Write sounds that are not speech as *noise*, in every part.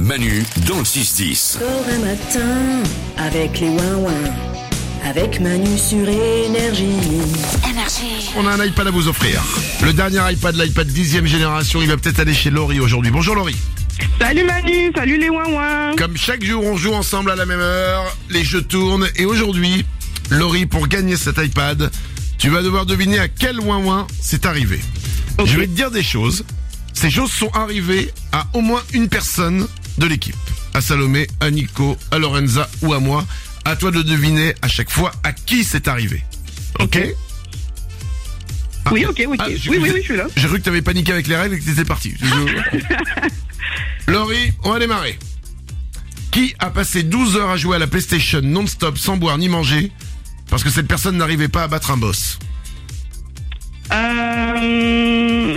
Manu dans le 6-10. Sors un matin avec les Wouin avec Manu sur énergie. On a un iPad à vous offrir. Le dernier iPad, l'iPad 10e génération, il va peut-être aller chez Laurie aujourd'hui. Bonjour Laurie. Salut Manu, salut les ouin Comme chaque jour, on joue ensemble à la même heure, les jeux tournent. Et aujourd'hui, Laurie, pour gagner cet iPad, tu vas devoir deviner à quel ouin c'est arrivé. Ok. Je vais te dire des choses. Ces choses sont arrivées à au moins une personne de l'équipe. À Salomé, à Nico, à Lorenza ou à moi. À toi de deviner à chaque fois à qui c'est arrivé. Ok, Ok. Oui, ok, ok. Ah, oui, j'ai oui, cru- oui, je suis là. J'ai cru que t'avais paniqué avec les règles et que t'étais parti. Ah. Je- *laughs* Laurie, on va démarrer. Qui a passé 12 heures à jouer à la PlayStation non-stop sans boire ni manger parce que cette personne n'arrivait pas à battre un boss Euh,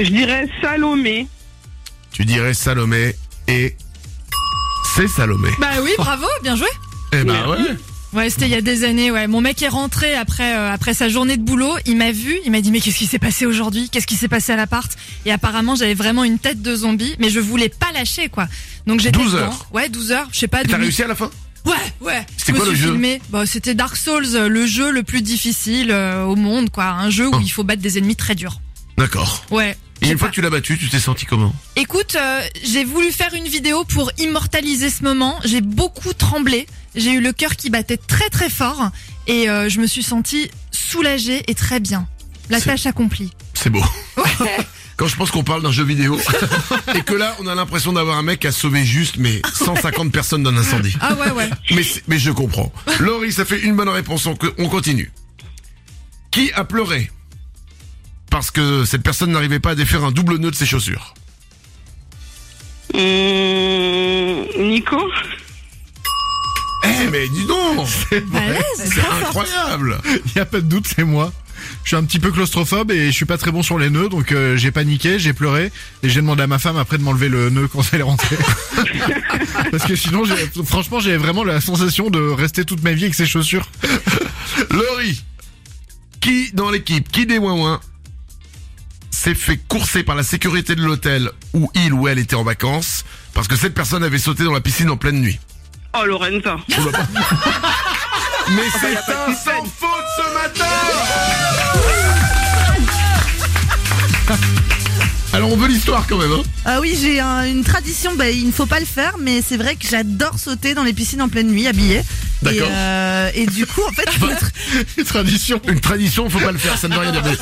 je dirais Salomé. Tu dirais Salomé et... C'est Salomé. Bah oui, bravo, bien joué. Eh ben ouais. Ouais, c'était il y a des années. Ouais, mon mec est rentré après euh, après sa journée de boulot. Il m'a vu, il m'a dit mais qu'est-ce qui s'est passé aujourd'hui Qu'est-ce qui s'est passé à l'appart Et apparemment j'avais vraiment une tête de zombie, mais je voulais pas lâcher quoi. Donc j'étais 12 dedans. heures. Ouais, 12 heures. Je sais pas. Et t'as demi- réussi à la fin Ouais, ouais. C'était Je me quoi le suis jeu filmé. Bah, c'était Dark Souls, euh, le jeu le plus difficile euh, au monde quoi. Un jeu où Oh. il faut battre des ennemis très durs. D'accord. Ouais. Et je sais une fois pas. que tu l'as battu, tu t'es senti comment Écoute, euh, j'ai voulu faire une vidéo pour immortaliser ce moment. J'ai beaucoup tremblé. J'ai eu le cœur qui battait très très fort et euh, je me suis sentie soulagée et très bien. La C'est- tâche accomplie. C'est beau. *laughs* Quand je pense qu'on parle d'un jeu *laughs* vidéo et que là, on a l'impression d'avoir un mec qui a sauvé juste, mais 150 personnes d'un incendie. Ah ouais ouais. Mais, c'est- mais je comprends. Laurie, ça fait une bonne réponse. On, co- on continue. Qui a pleuré parce que cette personne n'arrivait pas à défaire un double nœud de ses chaussures Hum, Nico Eh mais dis donc Bah Balèze. C'est hein. incroyable *laughs* Il y a pas de doute, c'est moi. Je suis un petit peu claustrophobe et je suis pas très bon sur les nœuds, donc euh, j'ai paniqué, j'ai pleuré et j'ai demandé à ma femme après de m'enlever le nœud quand elle est rentrée. Parce que sinon, j'ai- franchement, j'avais vraiment la sensation de rester toute ma vie avec ces chaussures. *laughs* Laurie, qui dans l'équipe, qui des ouin s'est fait courser par la sécurité de l'hôtel où il ou elle était en vacances parce que cette personne avait sauté dans la piscine en pleine nuit Oh, Lorenza. Mais c'est un sans faute ce matin Alors on veut l'histoire quand même hein Ah oui, j'ai un- une tradition, bah, il ne faut pas le faire, mais c'est vrai que j'adore sauter dans les piscines en pleine nuit habillée. Et, D'accord. euh, et du coup, *laughs* en fait, je me tra- tradition. Une tradition, faut pas le faire, ça ne veut rien dire. Mais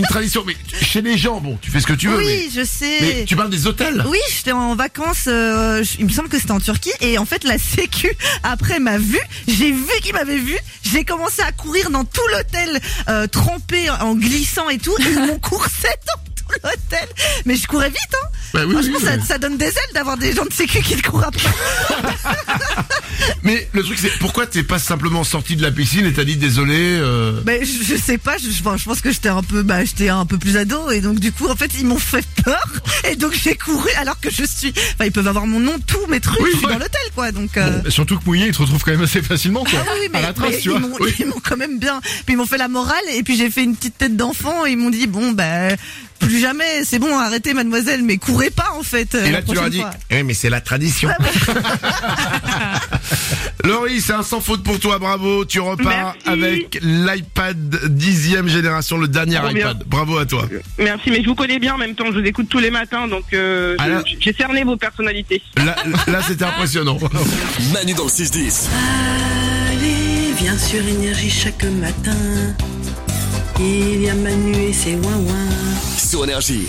Une tradition, mais chez les gens, bon, tu fais ce que tu veux, *laughs* oui, mais, je sais. mais tu parles des hôtels. Oui, j'étais en vacances, euh, je- il me semble que c'était en Turquie, et en fait la sécu, *laughs* après m'a vu, j'ai vu qu'il m'avait vu, j'ai commencé à courir dans tout l'hôtel, euh, trempée en glissant et tout, et ils m'ont *laughs* coursé dans tout l'hôtel. Mais je courais vite, hein Bah oui, Franchement, oui, ça, oui. ça donne des ailes d'avoir des gens de sécu qui te courent après. Mais le truc, c'est pourquoi t'es pas simplement sorti de la piscine et t'as dit désolé. euh, Ben, je, je sais pas, je, je pense- je pense que j'étais un peu, bah, j'étais un peu plus ado et donc du coup, en fait, ils m'ont fait peur *laughs* et donc j'ai couru alors que je suis, enfin, ils peuvent avoir mon nom, tous mes trucs, Oui, je suis ouais. dans l'hôtel, quoi, donc. euh, Surtout que mouillé, il te retrouve quand même assez facilement, quoi. Ah oui, mais, à la trace, mais tu ils vois. m'ont Oui. ils m'ont quand même bien. Puis ils m'ont fait la morale et puis j'ai fait une petite tête d'enfant et ils m'ont dit bon ben plus jamais, c'est bon, arrêtez mademoiselle, mais courez pas en fait. euh, Et la là, tu leur as prochaine dit, fois. eh, mais c'est la tradition. *laughs* Laurie, c'est un hein, sans faute pour toi, bravo. Tu repars Merci. avec l'iPad 10 génération, le dernier Trop bien. iPad. Bravo à toi. Merci, mais je vous connais bien en même temps, je vous écoute tous les matins, donc euh, Ah là. je- j'ai cerné vos personnalités. Là, là c'était impressionnant. Manu dans le 6-10. Allez, viens sur énergie chaque matin. Il y a Manu et ses ouin Sur énergie.